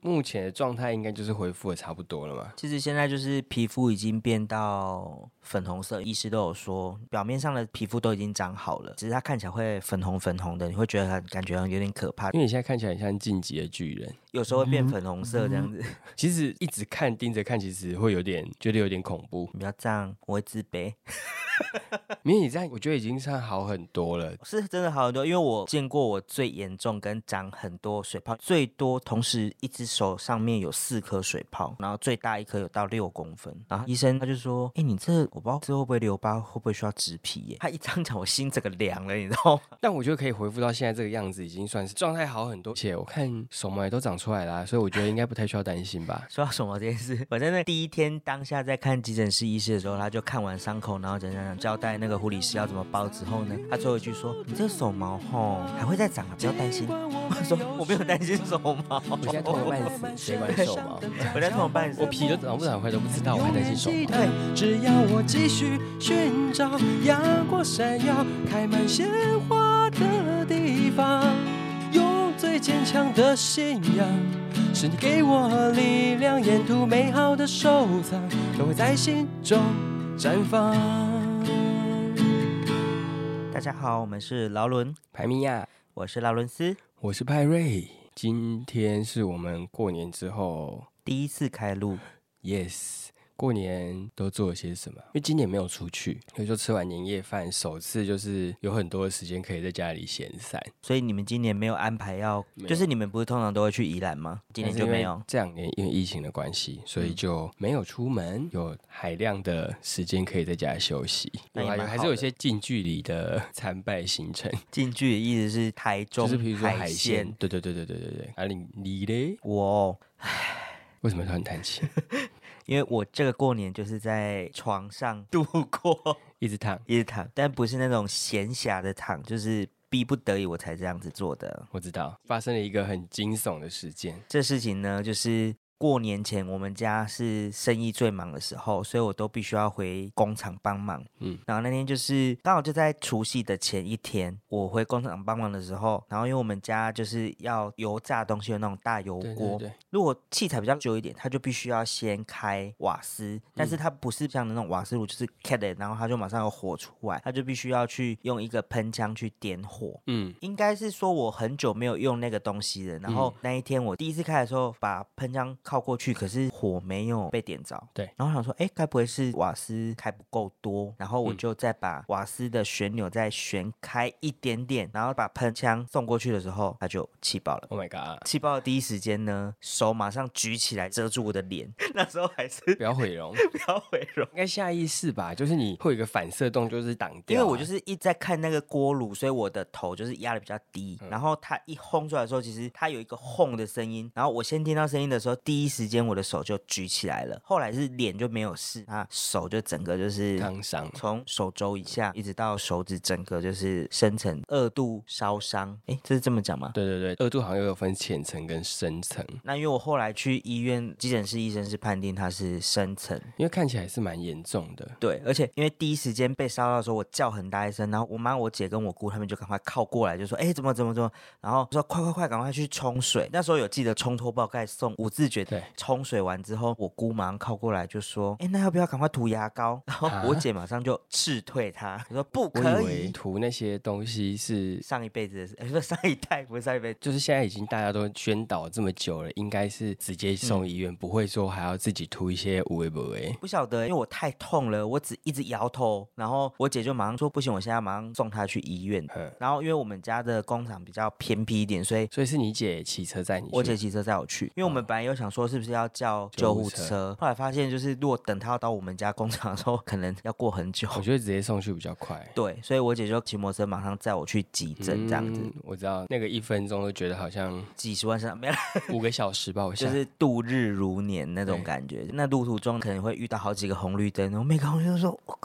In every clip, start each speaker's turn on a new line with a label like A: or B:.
A: 目前的状态应该就是恢复的差不多了嘛。
B: 其实现在就是皮肤已经变到粉红色，医师都有说，表面上的皮肤都已经长好了，只是它看起来会粉红粉红的，你会觉得很感觉有点可怕
A: 因，为嗯你现在看起来很像晋级的巨人，
B: 有时候会变粉红色这样子。
A: 其实一直看盯着看，其实会有点觉得有点恐怖。
B: 你不要这样，我会自卑。
A: 因为你这样，我觉得已经算好很多了。
B: 是真的好很多，因为我见过我最严重跟长很多水泡，最多同时一只手上面有四颗水泡，然后最大一颗有到六公分。然后医生他就说：“哎、你这我不知道这会不会留疤，会不会需要植皮耶？”他一张讲，我心整个凉了，你知道吗？。
A: 但我觉得可以恢复到现在这个样子，已经算是状态好很多。而且我看手毛也都长出来啦，所以我觉得应该不太需要担心吧
B: 说到手毛这件事，我在那第一天当下在看急诊室医师的时候，他就看完伤口，然后讲讲讲交代那个护理师要怎么包之后呢，他最后一句说：“你这手毛吼还会再长啊，不要担心。” 我说：“我没有担心手毛，
A: 我现在痛得半死，谁管手毛？
B: 我在痛半死。”
A: 我皮都长不长快都不知道，我还担心手毛。
B: 对，
C: 只要我继续寻找阳光闪耀、开满鲜花的地方，用最坚强的信仰，是你给我力量，沿途美好的收藏都会在心中绽放。
B: 大家好，我们是劳伦，
A: 排啊米亚，
B: 我是劳伦斯，
A: 我是派瑞，今天是我们过年之后
B: 第一次开录，
A: ，yes。过年都做了些什么？因为今年没有出去，所以说吃完年夜饭，首次就是有很多的时间可以在家里闲散。
B: 所以你们今年没有安排要，就是你们不是通常都会去宜兰吗？今年就没有。。嗯
A: 这两年因为疫情的关系，所以就没有出门，有海量的时间可以在家休息。
B: 那也
A: 还
B: 蛮
A: 有
B: 好的
A: 还是有一些近距离的参拜行程，
B: 近距离意思是台
A: 就
B: 中
A: 是比如说海鲜
B: 鲜，。
A: 对对对对对对对。啊，你你嘞？
B: 我
A: 为什么突然叹气？
B: 因为我这个过年就是在床上度过，
A: 一直烫，
B: 一直躺，但不是那种闲暇的躺，就是逼不得已我才这样子做的。
A: 我知道发生了一个很惊悚的事件。
B: 这事情呢，就是过年前我们家是生意最忙的时候，所以我都必须要回工厂帮忙。
A: 嗯
B: 嗯，然后那天就是刚好就在除夕的前一天，我回工厂帮忙的时候，然后因为我们家就是要油炸东西的那种大油锅，
A: 对对对，
B: 如果器材比较久一点，它就必须要先开瓦斯，但是它不是像那种瓦斯炉，就是 cat，it，然后它就马上有火出来，它就必须要去用一个喷枪去点火。
A: 嗯，
B: 应该是说我很久没有用那个东西了，然后那一天我第一次开的时候，把喷枪靠过去，可是火没有被点着。
A: 对，
B: 然后我想说，哎，该不会是瓦斯开不够多？然后我就再把瓦斯的旋钮再旋开一点点，然后把喷枪送过去的时候，它就气爆了。
A: Oh my god！
B: 气爆的第一时间呢，手马上举起来遮住我的脸， 那时候还是
A: 不要毁容，
B: 不要毁容。
A: 应该下意识吧，就是你会有一个反射动，作，就是挡掉啊、
B: 因为我就是一直在看那个锅炉，所以我的头就是压的比较低。然后它一轰出来的时候，其实它有一个轰的声音。然后我先听到声音的时候，第一时间我的手就举起来了。后来是脸就没有事，那手就整个就是
A: 烫伤，
B: 从手肘以下一直到手指，整个就是深层二度烧伤。诶，这是这么讲吗？
A: 对对对，二度好像又有分浅层跟深层，
B: 那因为我后来去医院急诊室，医生是判定它是深层，
A: 因为看起来是蛮严重的。
B: 对，而且因为第一时间被烧到的时候，我叫很大一声，然后我妈、我姐跟我姑他们就赶快靠过来，就说：“哎、怎么怎么怎么？”然后说：“快快快，赶快去冲水。”那时候有记得冲脱爆盖送五字诀，
A: 对
B: 冲水完之后，我姑马上靠过来就说：“哎、那要不要赶快涂牙膏？” 然后我
A: 啊
B: 姐马上就斥退她，我说：“不
A: 我
B: 可
A: 以为
B: 以。
A: 涂那些东西是”，
B: 上一辈子的事， 哎，不是上一代，不是上一辈子，
A: 就是现在已经大家都宣导这么久了，应该是直接送医院，不会说还要自己涂一些无为不为。
B: 不晓得，因为我太痛了，我只一直摇头，然后我姐就马上说不行，我现在马上送她去医院
A: 嗯。
B: 然后因为我们家的工厂比较偏僻一点，所以
A: 所以是你姐骑车载你去，
B: 我姐骑车载我去，因为我们本来有想说是不是要叫
A: 救
B: 救
A: 护
B: 护
A: 车
B: 车，后来发现就是如果等她到我们家工厂的时候， 可能要过很久。
A: 我觉得直接送去比较快。
B: 对，所以我姐就骑摩托车马上载我去急诊，这样子、
A: 嗯我知道那个一分钟都觉得好像
B: 几十万上没有啦，
A: 五个小时吧，我
B: 就
A: 想。
B: 是度日如年那
A: 啊对
B: 种感觉。那路途中可能会遇到好几个红绿灯，我每个红绿灯都说，我、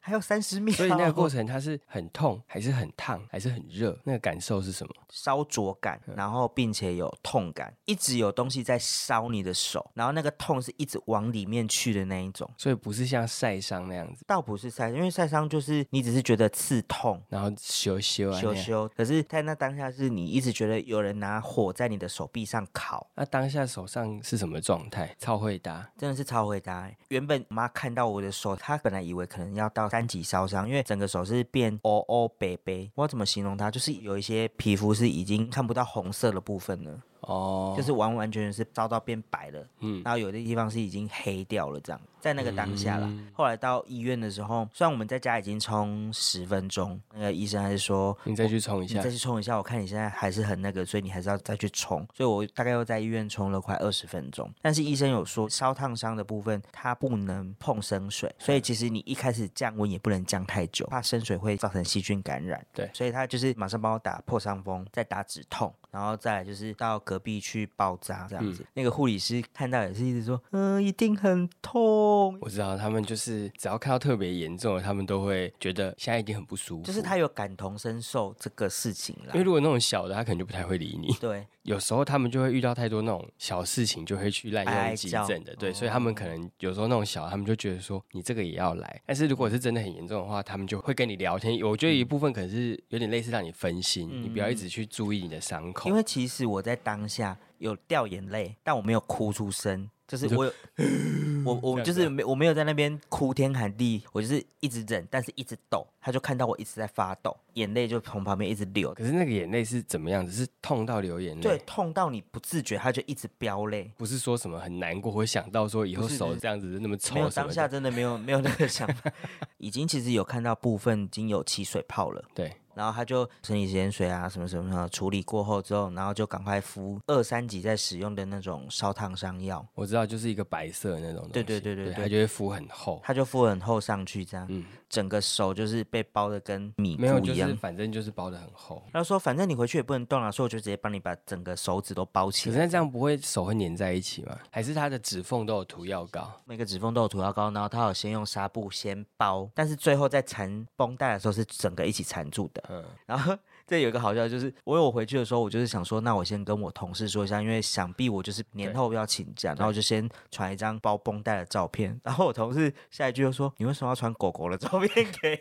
B: 还有三十秒。
A: 所以那个过程它是很痛，还是很烫，还是很热？那个感受是什么？
B: 烧灼感，
A: 嗯
B: 然后并且有痛感，一直有东西在烧你的手，然后那个痛是一直往里面去的那一种，
A: 所以不是像晒伤那样子，
B: 倒不是晒，因为晒伤就是你只是觉得刺痛。
A: 然后羞羞啊那
B: 羞
A: 样。
B: 羞，可是，在那当下是你一直觉得有人拿火在你的手臂上烤，
A: 那当下手上是什么状态？超会搭，
B: 真的是超会搭欸、原本我妈看到我的手，她本来以为可能要到三级烧伤，因为整个手是变哦哦白白，我要怎么形容它？就是有一些皮肤是已经看不到红色的部分了，
A: 哦，
B: 就是完完全全是烧到变白了，
A: 嗯
B: 然后有的地方是已经黑掉了，这样在那个当下啦。
A: 嗯
B: 后来到医院的时候，虽然我们在家已经冲十分钟，那个医生还是说
A: 你再去冲一
B: 你
A: 下
B: 再，去冲一下，我看你现在还是很那个，所以你还是要再去冲。所以我大概又在医院冲了快二十分钟，但是医生有说烧烫伤的部分它不能碰生水，所以其实你一开始降温也不能降太久，怕生水会造成细菌感染。
A: 对
B: 所以他就是马上帮我打破伤风，再打止痛，然后再来就是到隔壁去包扎
A: 嗯
B: 这样子。那个护理师看到也是一直说，嗯，一定很痛，
A: 我知道他们就是只要看到特别严重的，他们都会觉得现在一定很不舒服。
B: 就是他有感同身受这个事情啦
A: 因为。如果那种小的，他可能就不太会理你。
B: 对，
A: 有时候他们就会遇到太多那种小事情，就会去滥
B: 哀
A: 用
B: 哀
A: 急
B: 叫
A: 诊的，对，
B: 哦
A: 所以他们可能有时候那种小，他们就觉得说你这个也要来。但是如果是真的很严重的话，他们就会跟你聊天。我觉得一
B: 嗯
A: 部分可能是有点类似让你分心，你不要一直去注意你的伤口
B: 因。为其实我在当下有掉眼泪，但我没有哭出声，就是 我有，我我就是
A: 啊
B: 没我没有在那边哭天喊地，我就是一直忍，但是一直抖。他就看到我一直在发抖，眼泪就从旁边一直流。
A: 可是那个眼泪是怎么样子？是痛到流眼
B: 对，
A: 泪，
B: 痛到你不自觉，他就一直飙泪。
A: 不是说什么很难过，或想到说以后
B: 不是不
A: 手
B: 是
A: 这样子那么
B: 没有
A: 丑什
B: 当
A: 么
B: 下
A: 的。
B: 真的没有没有那个想法， 已经其实有看到部分已经有起水泡了。
A: 对，
B: 然后他就生理盐水啊，什么什么什么处理过后之后，然后就赶快敷二三级在使用的那种烧烫伤药，
A: 我知道，就是一个白色的那种东西。
B: 对对对对
A: 对，
B: 对
A: 它就会敷很厚。
B: 他就敷很厚上去，这样，
A: 嗯
B: 整个手就是被包的跟米
A: 没有，
B: 糊
A: 就
B: 一样。
A: 是反正就是包的很厚。
B: 他说：“反正你回去也不能动啊了，所以我就直接帮你把整个手指都包起
A: 可是
B: 来，
A: 那这样不会手会粘在一起吗？还是它的指缝都有涂药膏？
B: 每个指缝都有涂药膏，然后他有先用纱布先包，但是最后在缠绷带的时候是整个一起缠住的。
A: 嗯，
B: 然后 这有一个好笑，就是我有回去的时候，我就是想说，那我先跟我同事说一下，因为想必我就是年后要请假，然后我就先传一张包绷带的照片。 然后我同事下一句就说：你为什么要传狗狗的照片 给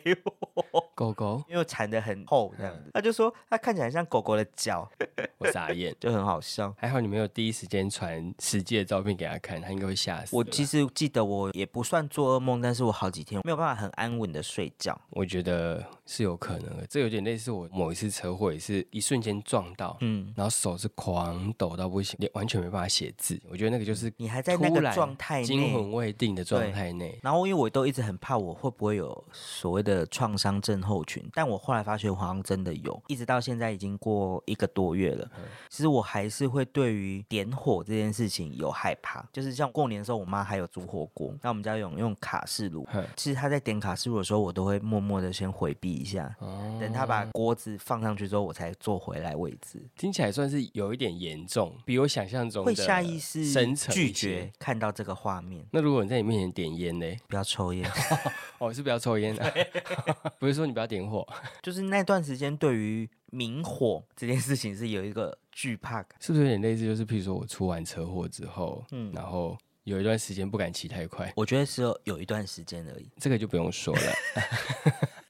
B: 我？”
A: 狗狗，
B: 因为缠得很厚这样
A: 嗯
B: 子，他就说他看起来像狗狗的脚，。
A: 我傻眼
B: 就很好笑。
A: 还好你没有第一时间传实际的照片给他看，他应该会吓死。
B: 我其实记得我也不算做噩梦，但是我好几天没有办法很安稳的睡觉。
A: 我觉得是有可能的，这有点类似我某一次车祸，也是一瞬间撞到，
B: 嗯，
A: 然后手是狂抖到不行，连完全没办法写字。我觉得那个就是
B: 你嗯还在那
A: 突
B: 个
A: 然
B: 状态
A: 惊
B: 内，
A: 魂未定的状态内。
B: 然后因为我都一直很怕我会不会有所谓的创伤症候群，但我后来发觉我好像真的有，一直到现在已经过一个多月了。
A: 嗯
B: 其实我还是会对于点火这件事情有害怕，就是像过年的时候，我妈还有煮火锅，那我们家有用卡式炉，
A: 哼
B: 其实他在点卡式炉的时候，我都会默默的先回避一下，
A: 哦，
B: 等他把锅子放上去之后，我才坐回来位置，
A: 听起来算是有一点严重，比我想象中的
B: 会下意识
A: 深层
B: 拒
A: 一些
B: 绝。看到这个画面，
A: 那如果你在你面前点烟呢？
B: 不要抽烟。
A: 哦，是不要抽烟的， 不是说你不要点火，
B: 就是那段时间对于明火这件事情是有一个惧怕感，
A: 是不是有点类似？就是譬如说我出完车祸之后，
B: 嗯
A: 然后有一段时间不敢骑太快，
B: 我觉得是有有一段时间而已。
A: 这个就不用说了。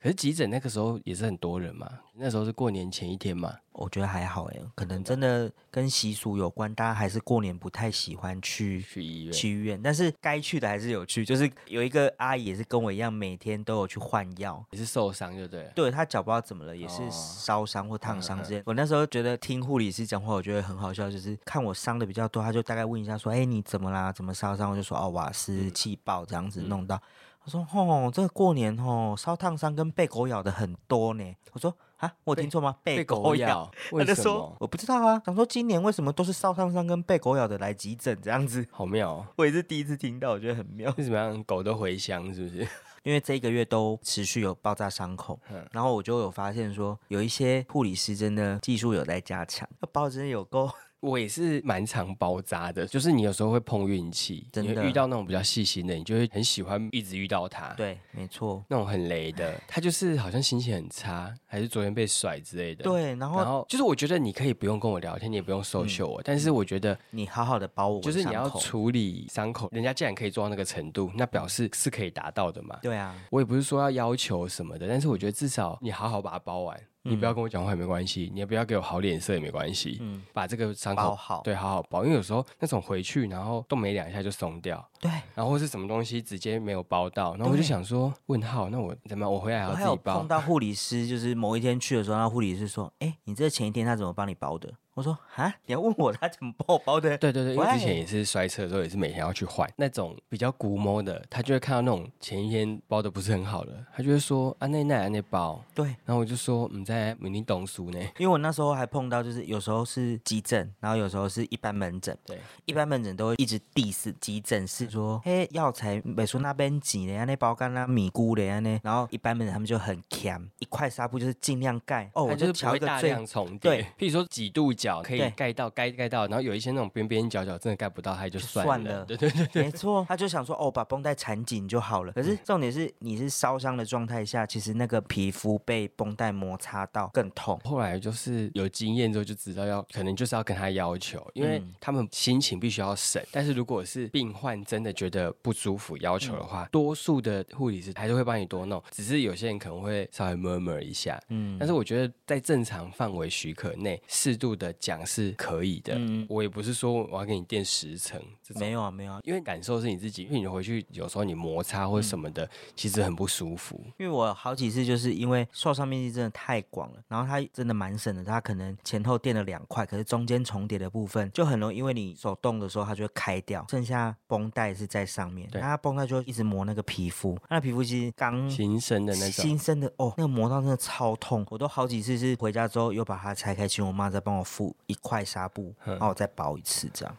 A: 可是急诊那个时候也是很多人嘛，那时候是过年前一天嘛，
B: 我觉得还好哎，可能真的跟习俗有关，大家还是过年不太喜欢去
A: 去医院。
B: 去医院，但是该去的还是有去。就是有一个阿姨也是跟我一样，每天都有去换药，
A: 也是受伤就对了，
B: 对他脚不知道怎么了，也是
A: 哦
B: 烧伤或烫伤之类。我那时候觉得听护理师讲话，我觉得很好笑，就是看我伤的比较多，他就大概问一下说：“哎、你怎么啦？怎么烧伤？”我就说：“哦，瓦斯气爆这样子弄到。他说：“哦，这个过年哦，烧烫伤跟被狗咬的很多呢。”我说：“啊，我有听错吗？被狗咬？”，
A: 为
B: 他就
A: 什
B: 说
A: 么：“？
B: 我不知道啊，想说今年为什么都是烧烫伤跟被狗咬的来急诊这样子。”
A: 好妙、哦，
B: 我也是第一次听到，我觉得很妙。
A: 是怎么样？狗都回乡是不是？
B: 因为这一个月都持续有爆炸伤口，
A: 嗯
B: 然后我就有发现说，有一些护理师真的技术有在加强，那包真的有够
A: 我也是蛮常包扎的，就是你有时候会碰运气，
B: 真
A: 你
B: 的
A: 会遇到那种比较细心的，你就会很喜欢一直遇到他。。
B: 对，没错，
A: 那种很雷的，他就是好像心情很差，还是昨天被甩之类的。，
B: 对。然
A: 然
B: 后
A: 后就是我觉得你可以不用跟我聊天，你也不用收秀我，但是我觉得
B: 你好好的包嗯我
A: 就
B: 的
A: 是你
B: 伤
A: 要
B: 口，
A: 处理伤口，人家既然可以做到那个程度，那表示是可以达到的嘛。
B: 对啊，
A: 我也不是说要要求什么的，但是我觉得至少你好好把它包完，你不要跟我讲话也没关系，你也不要给我好脸色也没关系，
B: 嗯，
A: 把这个 伤
B: 包
A: 口
B: 好，
A: 对好好包，因为有时候那种回去然后动没两下就松掉，
B: 对，
A: 然后或是什么东西直接没有包到，然后我就
B: 对
A: 想说问号，那我怎么我回来还
B: 我
A: 要
B: 还
A: 自
B: 有
A: 己包
B: 碰？到护理师，就是某一天去的时候，那护理师说：“哎、你这前一天他怎么帮你包的？”我说：“啊，你要问我他怎么帮我包 的？”
A: 对对对，因为
B: 喂
A: 之前也是摔车的时候，也是每天要去换那种比较古摸的，他就会看到那种前一天包的不是很好的，他就会说啊那那啊那包，
B: 对，
A: 然后我就说嗯在你懂书呢，
B: 因为我那时候还碰到，就是有时候是急诊，然后有时候是一般门诊。
A: 对，
B: 一般门诊都会一直 diss 急诊室
A: 嗯
B: 说，嘿，药材美术那边挤的呀，那包干啦米糊的呀呢，然后一般门诊他们就很 c 一块纱布就是尽量盖，哦，
A: 它
B: 我
A: 就是不
B: 调
A: 会
B: 一
A: 大
B: 个最
A: 量重叠。
B: 对，
A: 譬如说几度角可以
B: 对
A: 盖到，盖盖到，然后有一些那种边边角角真的盖不到，它也就算了。
B: 算了
A: 对对对，嗯
B: 没错，他就想说哦，把绷带缠紧就好了。可是重点是，你是烧伤的状态下，其实那个皮肤被绷带摩擦到更痛。
A: 后来就是有经验之后就知道要，可能就是要跟他要求，因为
B: 嗯
A: 他们心情必须要省。但是如果是病患真的觉得不舒服要
B: 嗯
A: 求的话，多数的护理师还是会帮你多弄，只是有些人可能会稍微 murmur 一下。
B: 嗯，
A: 但是我觉得在正常范围许可内，适度的讲是可以的。
B: 嗯
A: 我也不是说我要给你垫十层这种。
B: 没有啊，没有啊，
A: 因为感受是你自己，因为你回去有时候你摩擦
B: 嗯
A: 或者什么的，其实很不舒服。
B: 因为我好几次就是因为受伤面积真的太广了，然后它真的蛮省的，它可能前后垫了两块，可是中间重叠的部分就很容易，因为你手动的时候它就会开掉，剩下绷带是在上面，
A: 对
B: 那它绷带就一直磨那个皮肤，那皮肤其实刚
A: 新生的那种
B: 新生的哦，那个磨到真的超痛，我都好几次是回家之后又把它拆开，请我妈再帮我敷一块纱布，
A: 嗯
B: 然后我再包一次这样。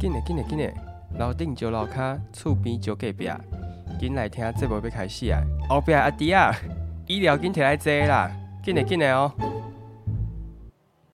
A: 紧嘞紧嘞紧嘞，楼顶就楼卡，厝边就隔壁，紧来听这目要开始啊！后壁阿弟啊，医疗紧摕来坐啦，紧嘞紧嘞哦。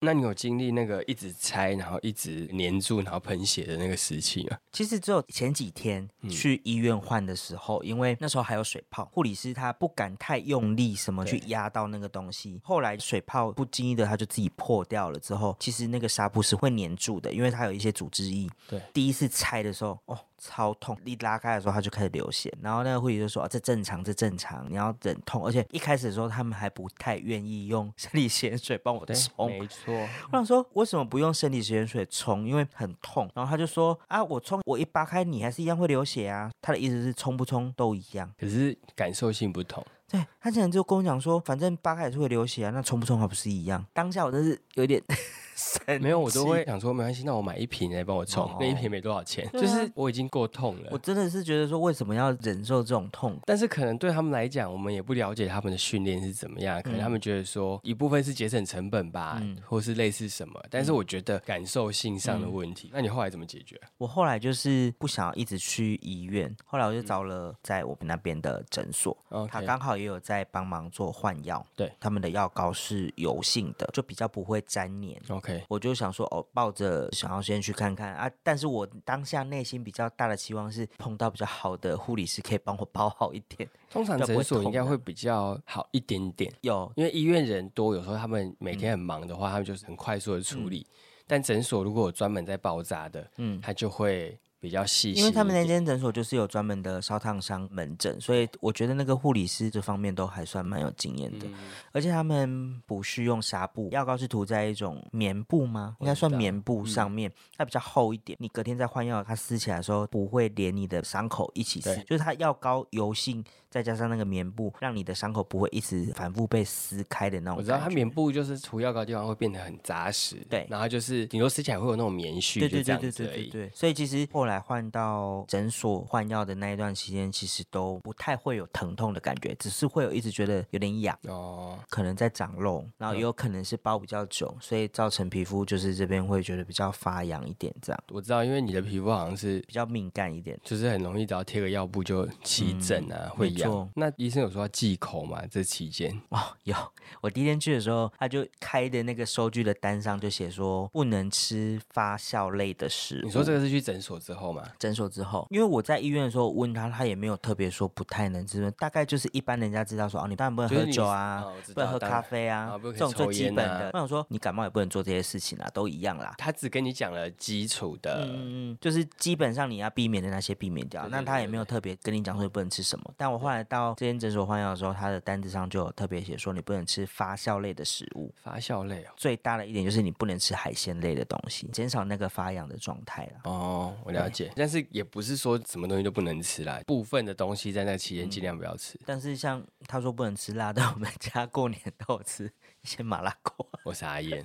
A: 那你有经历那个一直拆，然后一直粘住，然后喷血的那个时期吗？
B: 其实只有前几天
A: 嗯
B: 去医院换的时候，因为那时候还有水泡，护理师他不敢太用力什么去压到那个东西。后来水泡不经意的它就自己破掉了之后，其实那个纱布是会粘住的，因为它有一些组织液。
A: 对
B: 第一次拆的时候，哦，超痛！一拉开的时候，它就开始流血。然后那个护理就说：“啊，这正常，这正常，你要忍痛。”而且一开始的时候，他们还不太愿意用生理盐水帮我冲，
A: 没错，
B: 我想说，为什么不用生理食盐水冲？因为很痛。然后他就说啊，我冲，我一扒开你还是一样会流血啊。他的意思是冲不冲都一样。
A: 可是感受性不同。
B: 对他竟然就跟我讲说，反正扒开也是会流血啊，那冲不冲还不是一样？当下我真是有点 生
A: 没有，我都
B: 气
A: 会想说没关系，那我买一瓶来帮我冲，
B: 哦
A: 那一瓶没多少钱，
B: 对啊
A: 就是我已经够痛了
B: 我。真的是觉得说，为什么要忍受这种痛？
A: 但是可能对他们来讲，我们也不了解他们的训练是怎么样，可能
B: 嗯
A: 他们觉得说一部分是节省成本吧，或是类似什么。但
B: 嗯
A: 是我觉得感受性上的问题，那你后来怎么解决？
B: 我后来就是不想要一直去医院，后来我就找了在我们那边的诊所，
A: 嗯 OK
B: 他刚好也有在帮忙做换药，
A: 对，
B: 他们的药膏是油性的，就比较不会粘黏。
A: OK，
B: 我就想说，哦，抱着想要先去看看啊，但是我当下内心比较大的期望是碰到比较好的护理师，可以帮我 包好一点。
A: 通常
B: 比较不
A: 诊
B: 会
A: 所应该
B: 痛
A: 会比较好一点点，
B: 有，
A: 因为医院人多，有时候他们每
B: 嗯
A: 天很忙的话，他们就是很快速的处理。但诊所如果有专门在包扎的，嗯，他就会比较细心一点，
B: 因为他们那间诊所就是有专门的烧烫伤门诊，所以我觉得那个护理师这方面都还算蛮有经验
A: 嗯
B: 的。而且他们不是用纱布，药膏是涂在一种棉布吗？应该算棉布
A: 嗯
B: 上面，它比较厚一点。你隔天再换药，它撕起来的时候不会连你的伤口一起撕
A: 对，
B: 就是它药膏油性再加上那个棉布，让你的伤口不会一直反复被撕开的那种
A: 我
B: 感
A: 知
B: 觉。
A: 道它棉布就是涂药膏的地方会变得很扎实，
B: 对
A: 然后就是顶多吃起来会有那种棉絮，
B: 对
A: 就
B: 对
A: 这
B: 对
A: 样
B: 对
A: 子
B: 对
A: 而
B: 对
A: 已。
B: 对，所以其实后来来换到诊所换药的那一段期间，其实都不太会有疼痛的感觉，只是会有一直觉得有点痒。
A: 哦，
B: 可能在长肉，然后
A: 嗯
B: 也有可能是包比较久，所以造成皮肤就是这边会觉得比较发痒一点，这样
A: 我知道，因为你的皮肤好像是
B: 比较敏感一点。
A: 就是很容易只要贴个药布就起疹啊，会
B: 嗯没错
A: 痒。那医生有说要忌口嘛？这期间
B: 哦，有我第一天去的时候，他就开的那个收据的单上就写说不能吃发酵类的食物。
A: 你说这个是去诊所之后嘛？
B: 诊所之后，因为我在医院的时候问他，他也没有特别说不太能吃，大概就是一般人家知道说哦，你当然不能
A: 就是
B: 喝
A: 你
B: 酒啊，
A: 哦我知
B: 不能
A: 道
B: 喝
A: 当
B: 咖
A: 然
B: 啡啊，
A: 啊不可以
B: 这种最
A: 抽
B: 基
A: 烟
B: 本
A: 啊
B: 的。我想说你感冒也不能做这些事情啊，都一样啦。
A: 他只跟你讲了基础的，
B: 嗯嗯嗯，就是基本上你要避免的那些避免掉。
A: 呃对对
B: 那
A: 对
B: 他也
A: 对
B: 没有
A: 对
B: 特别跟你讲说不能吃什么。但我后来到这间诊所换药的时候，他的单子上就有特别写说你不能吃发酵类的食物。
A: 发酵类哦。
B: 最大的一点就是你不能吃海鲜类的东西，减少那个发痒的状态啦。
A: 哦，我了解，但是也不是说什么东西都不能吃啦，部分的东西在那期
B: 嗯
A: 间尽量不要吃。
B: 但是像他说不能吃辣，但我们家过年都有吃一些麻辣锅，
A: 我傻眼，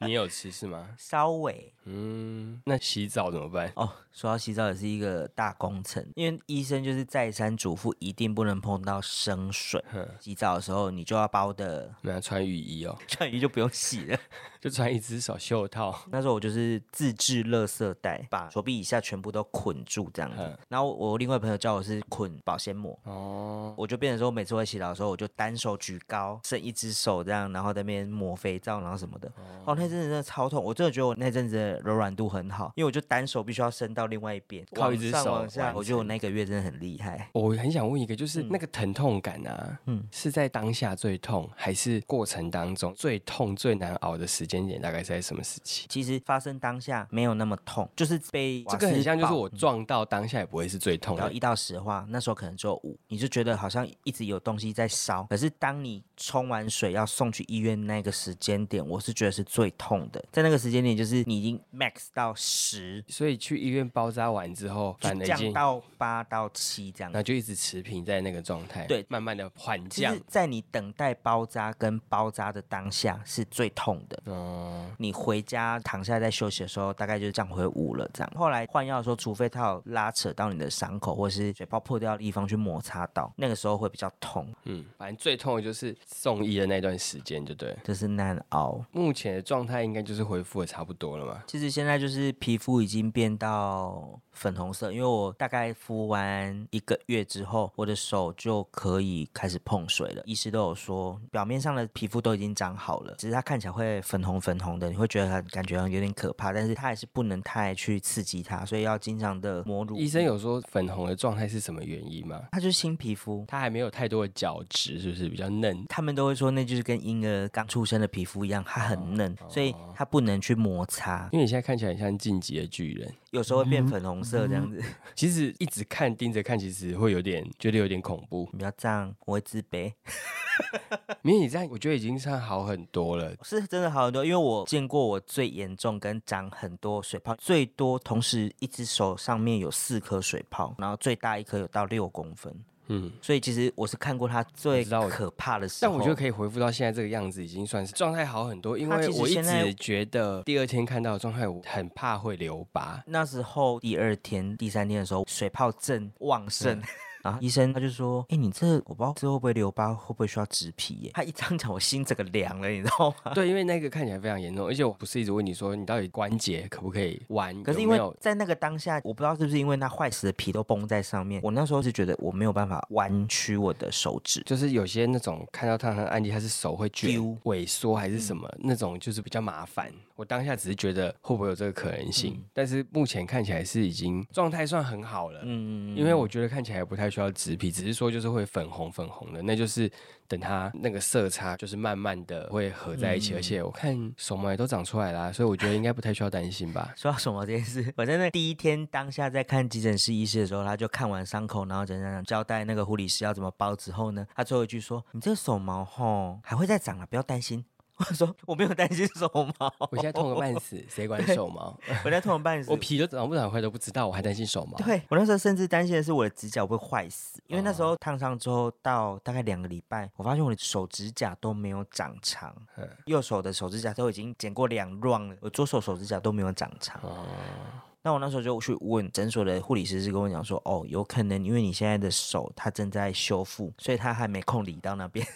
A: 你有吃是吗？
B: 稍微
A: 嗯，那洗澡怎么办？
B: 哦，说到洗澡也是一个大工程，因为医生就是再三嘱咐，一定不能碰到生水。洗澡的时候，你就要把我的
A: 没有穿雨衣哦，
B: 穿衣就不用洗了。
A: 就穿一只手袖套。
B: 那时候我就是自制垃圾袋，把手臂以下全部都捆住这样子
A: 嗯。
B: 然后我另外朋友叫我是捆保鲜膜，
A: 哦，
B: 我就变成说每次我洗澡的时候，我就单手举高，伸一只手这样，然后在那边抹肥皂，然后什么的。哦，那阵子真的超痛，我真的觉得我那阵子的柔软度很好，因为我就单手必须要伸到另外一边，
A: 靠一只手
B: 往上往下
A: 完成
B: 我觉得我那个月真的很厉害。
A: 我很想问一个，就是那个疼痛感啊，
B: 嗯
A: 是在当下最痛，还是过程当中最痛、最难熬的时间点？大概是在什么时期？
B: 其实发生当下没有那么痛，就是被
A: 这个
B: 瓦斯
A: 很像，就是
B: 爆嗯
A: 我撞到当下也不会是最痛
B: 然
A: 的
B: 后一到十的话，那时候可能只有五，你就觉得好像一直有东西在烧。可是当你冲完水要送去医院那个时间点，我是觉得是最痛的。在那个时间点，就是你已经 max 到十，
A: 所以去医院包扎完之后，
B: 就
A: 反而已
B: 降
A: 经，
B: 到八到七这样
A: 然。后就一直持平在那个状态，
B: 对
A: 慢慢的缓
B: 就
A: 降
B: 是。在你等待包扎跟包扎的当下是最痛的。
A: 嗯，
B: 你回家躺下来在休息的时候，大概就是降回五了这样。后来换药的时候，除非它有拉扯到你的伤口，或是嘴泡破掉的地方去摩擦到，那个时候会比较痛，
A: 嗯，反正最痛的就是送医的那段时间，就对了。
B: 就是难熬。
A: 目前的状态应该就是恢复的差不多了嘛。
B: 其实现在就是皮肤已经变到粉红色，因为我大概敷完一个月之后，我的手就可以开始碰水了。医师都有说，表面上的皮肤都已经长好了，只是它看起来会粉红粉红的，你会觉得很感觉有点可怕，但是它还是不能太去刺激它，所以要经常的抹乳。
A: 医生有说粉红的状态是什么原因吗？
B: 它就是新皮肤。
A: 它还没有太多的角质，是不是比较嫩？
B: 他们都会说，那就是跟婴儿刚出生的皮肤一样，它很嫩，所以它不能去摩擦，
A: 因为你现在看起来很像晋级的巨人，
B: 有时候会变粉红色这样子，
A: 其实一直看盯着看，其实会有点觉得有点恐怖
B: 。比较胀，我会自卑。
A: 因为你这样，我觉得已经算好很多了。
B: 是真的好很多，因为我见过我最严重跟长很多水泡，最多同时一只手上面有四颗水泡，然后最大一颗有到六公分，
A: 嗯，
B: 所以其实我是看过它最
A: 我知道我
B: 可怕的时
A: 但
B: 候。
A: 我觉得可以恢复到现在这个样子，已经算是状态好很多。因
B: 它
A: 为
B: 其实
A: 我一
B: 现在
A: 直觉得第二天看到的状态，我很怕会留 疤。
B: 那时候第二天、第三天的时候，水泡正旺盛。 然后医生他就说：“哎、你这我不知道这会不会留疤，会不会需要植皮耶？”他一张讲，我心整个凉了，你知道吗？
A: 对，因为那个看起来非常严重，而且我不是一直问你说你到底关节可不可以弯？
B: 可是
A: 有
B: 因
A: 没
B: 为
A: 有
B: 在那个当下，我不知道是不是因为那坏死的皮都绷在上面，我那时候是觉得我没有办法弯曲我的手指，
A: 就是有些那种看到烫伤案例，他是手会卷
B: 丢嗯
A: 萎缩还是什么、那种，就是比较麻烦。我当下只是觉得会不会有这个可能性，但是目前看起来是已经状态算很好了。
B: 嗯嗯，。
A: 因为我觉得看起来不太需要植皮，只是说就是会粉红粉红的，那就是等它那个色差就是慢慢的会合在一起，而且我看手毛也都长出来啦，所以我觉得应该不太需要担心吧
B: 说到手毛这件事， 我在那第一天当下在看急诊室医师的时候，他就看完伤口，然后讲讲讲交代那个护理师要怎么包之后呢，他最后一句说：“你这个手毛吼还会再长了，啊不要担心。” 我说：“我没有担心手毛，
A: 我现在痛个半死，谁管手毛？
B: 我在痛了半死。
A: 我皮都长不长回来都不知道，我还担心手毛。
B: 对我那时候甚至担心的是我的指甲会坏死，因为
A: 哦
B: 那时候烫伤之后到大概两个礼拜，我发现我的手指甲都没有长长，右手的手指甲都已经剪过两 round 了，我左手手指甲都没有长长。
A: 哦，
B: 那我那时候就去问诊所的护理师，是跟我讲说，哦，有可能因为你现在的手它正在修复，所以它还没空理到那边，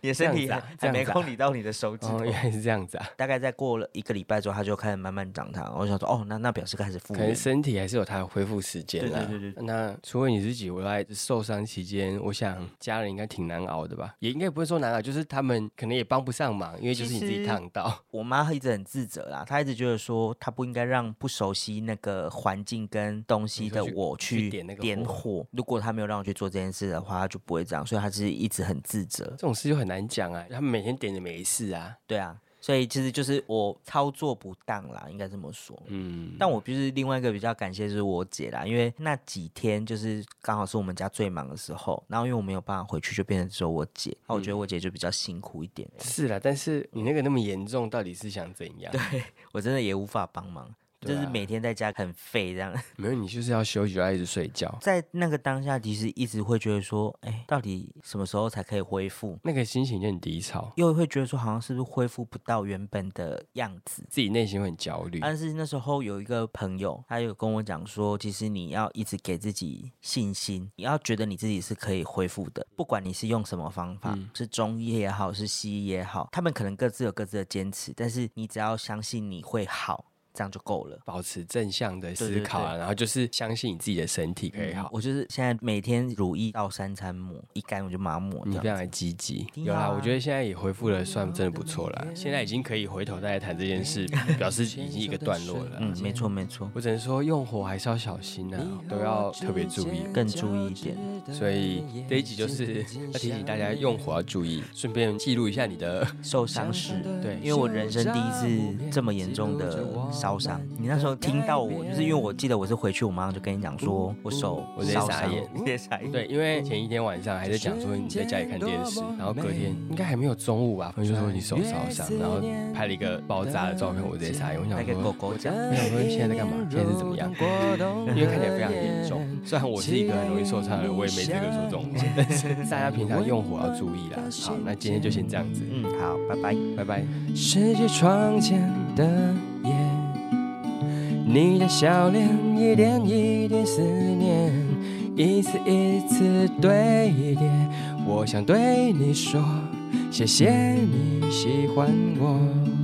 B: 你的身
A: 哦
B: 体
A: 这
B: 还,、
A: 样子啊这
B: 还
A: 样
B: 没
A: 子啊
B: 空理到你的手指头。
A: 哦，原来是这样子啊，
B: 大概在过了一个礼拜之后，它就开始慢慢长大。我想说，哦，那那表示开始复
A: 可能
B: 原。
A: 身体还是有它的恢复时间啦。
B: 对对对对
A: 那除了你自己，我在受伤期间，我想家人应该挺难熬的吧？也应该不会说难熬，就是他们可能也帮不上忙，因为就是你自
B: 其
A: 己
B: 实
A: 烫到。
B: 我妈一直很自责啦，她一直觉得说，她不应该让不熟悉那个环境跟东西的
A: 你说去
B: 我
A: 去点那个
B: 点
A: 火
B: 火。如果她没有让我去做这件事的话，她就不会这样，所以她是一直很自责
A: 这。种事就很难讲啊，他们每天点也没事啊。
B: 对啊，所以其实就是我操作不当啦，应该这么说。
A: 嗯，
B: 但我就是另外一个比较感谢就是我姐啦，因为那几天就是刚好是我们家最忙的时候，然后因为我没有办法回去，就变成只有我姐。那我
A: 嗯
B: 觉得我姐就比较辛苦一点，
A: 是啦，但是你那个那么严重，到底是想怎样？对，
B: 我真的也无法帮忙，就
A: 对
B: 是
A: 啊
B: 每天在家很废这样。
A: 没有，你就是要休息，就要一直睡觉。
B: 在那个当下，其实一直会觉得说，哎，到底什么时候才可以恢复？
A: 那个心情就很低潮，
B: 又会觉得说，好像是不是恢复不到原本的样子？
A: 自己内心会很焦虑。
B: 但是那时候有一个朋友，他有跟我讲说，其实你要一直给自己信心，你要觉得你自己是可以恢复的，不管你是用什么方法，
A: 嗯
B: 是中医也好，是西医也好，他们可能各自有各自的坚持，但是你只要相信你会好，这样就够了。
A: 保持正向的
B: 对
A: 思
B: 对
A: 考啊，
B: 对
A: 然后就是相信你自己的身体可以好。
B: 嗯我就是现在每天乳液到三餐抹，一干我就把它抹
A: 你
B: 掉
A: 非。常的积极，
B: 定
A: 有啦，
B: 要
A: 我
B: 啊
A: 觉得现在也恢复的算真的不错啦。现在已经可以回头再来谈这件事，表示已经一个段落了。
B: 嗯，没错没错。
A: 我只能说用火还是要小心啊，都要特别注意。
B: 更注意一点。
A: 所以这一集就是要提醒大家用火要注意，顺便记录一下你的。
B: 受伤是，
A: 对
B: 因为我人生第一次这么严重的烧伤。你那时候听到我，就是因为我记得我是回去，我马上就跟你讲说，我手
A: 嗯我直接
B: 烧
A: 傻
B: 伤，
A: 眼
B: 直接傻眼。
A: 对，因为前一天晚上还在讲说你在家里看电视，然后隔天应该还没有中午吧，朋友就说你手烧伤，然后拍了一个爆炸的照片，我直接傻眼，我
B: 那
A: 想
B: 个狗
A: 说。
B: 狗讲，
A: 我想说现在在干嘛？现在是怎么样？ 因为看起来非常严重。虽然我是一个很容易受伤的人，我也没资格说这种话，但是大家平常用火要注意啦。好，那今天就先这样子，
B: 嗯，好，拜拜。
A: 拜拜。
C: 拾起窗前的夜，你的笑脸一点一滴思念，一次一次堆叠。我想对你说，谢谢你喜欢我。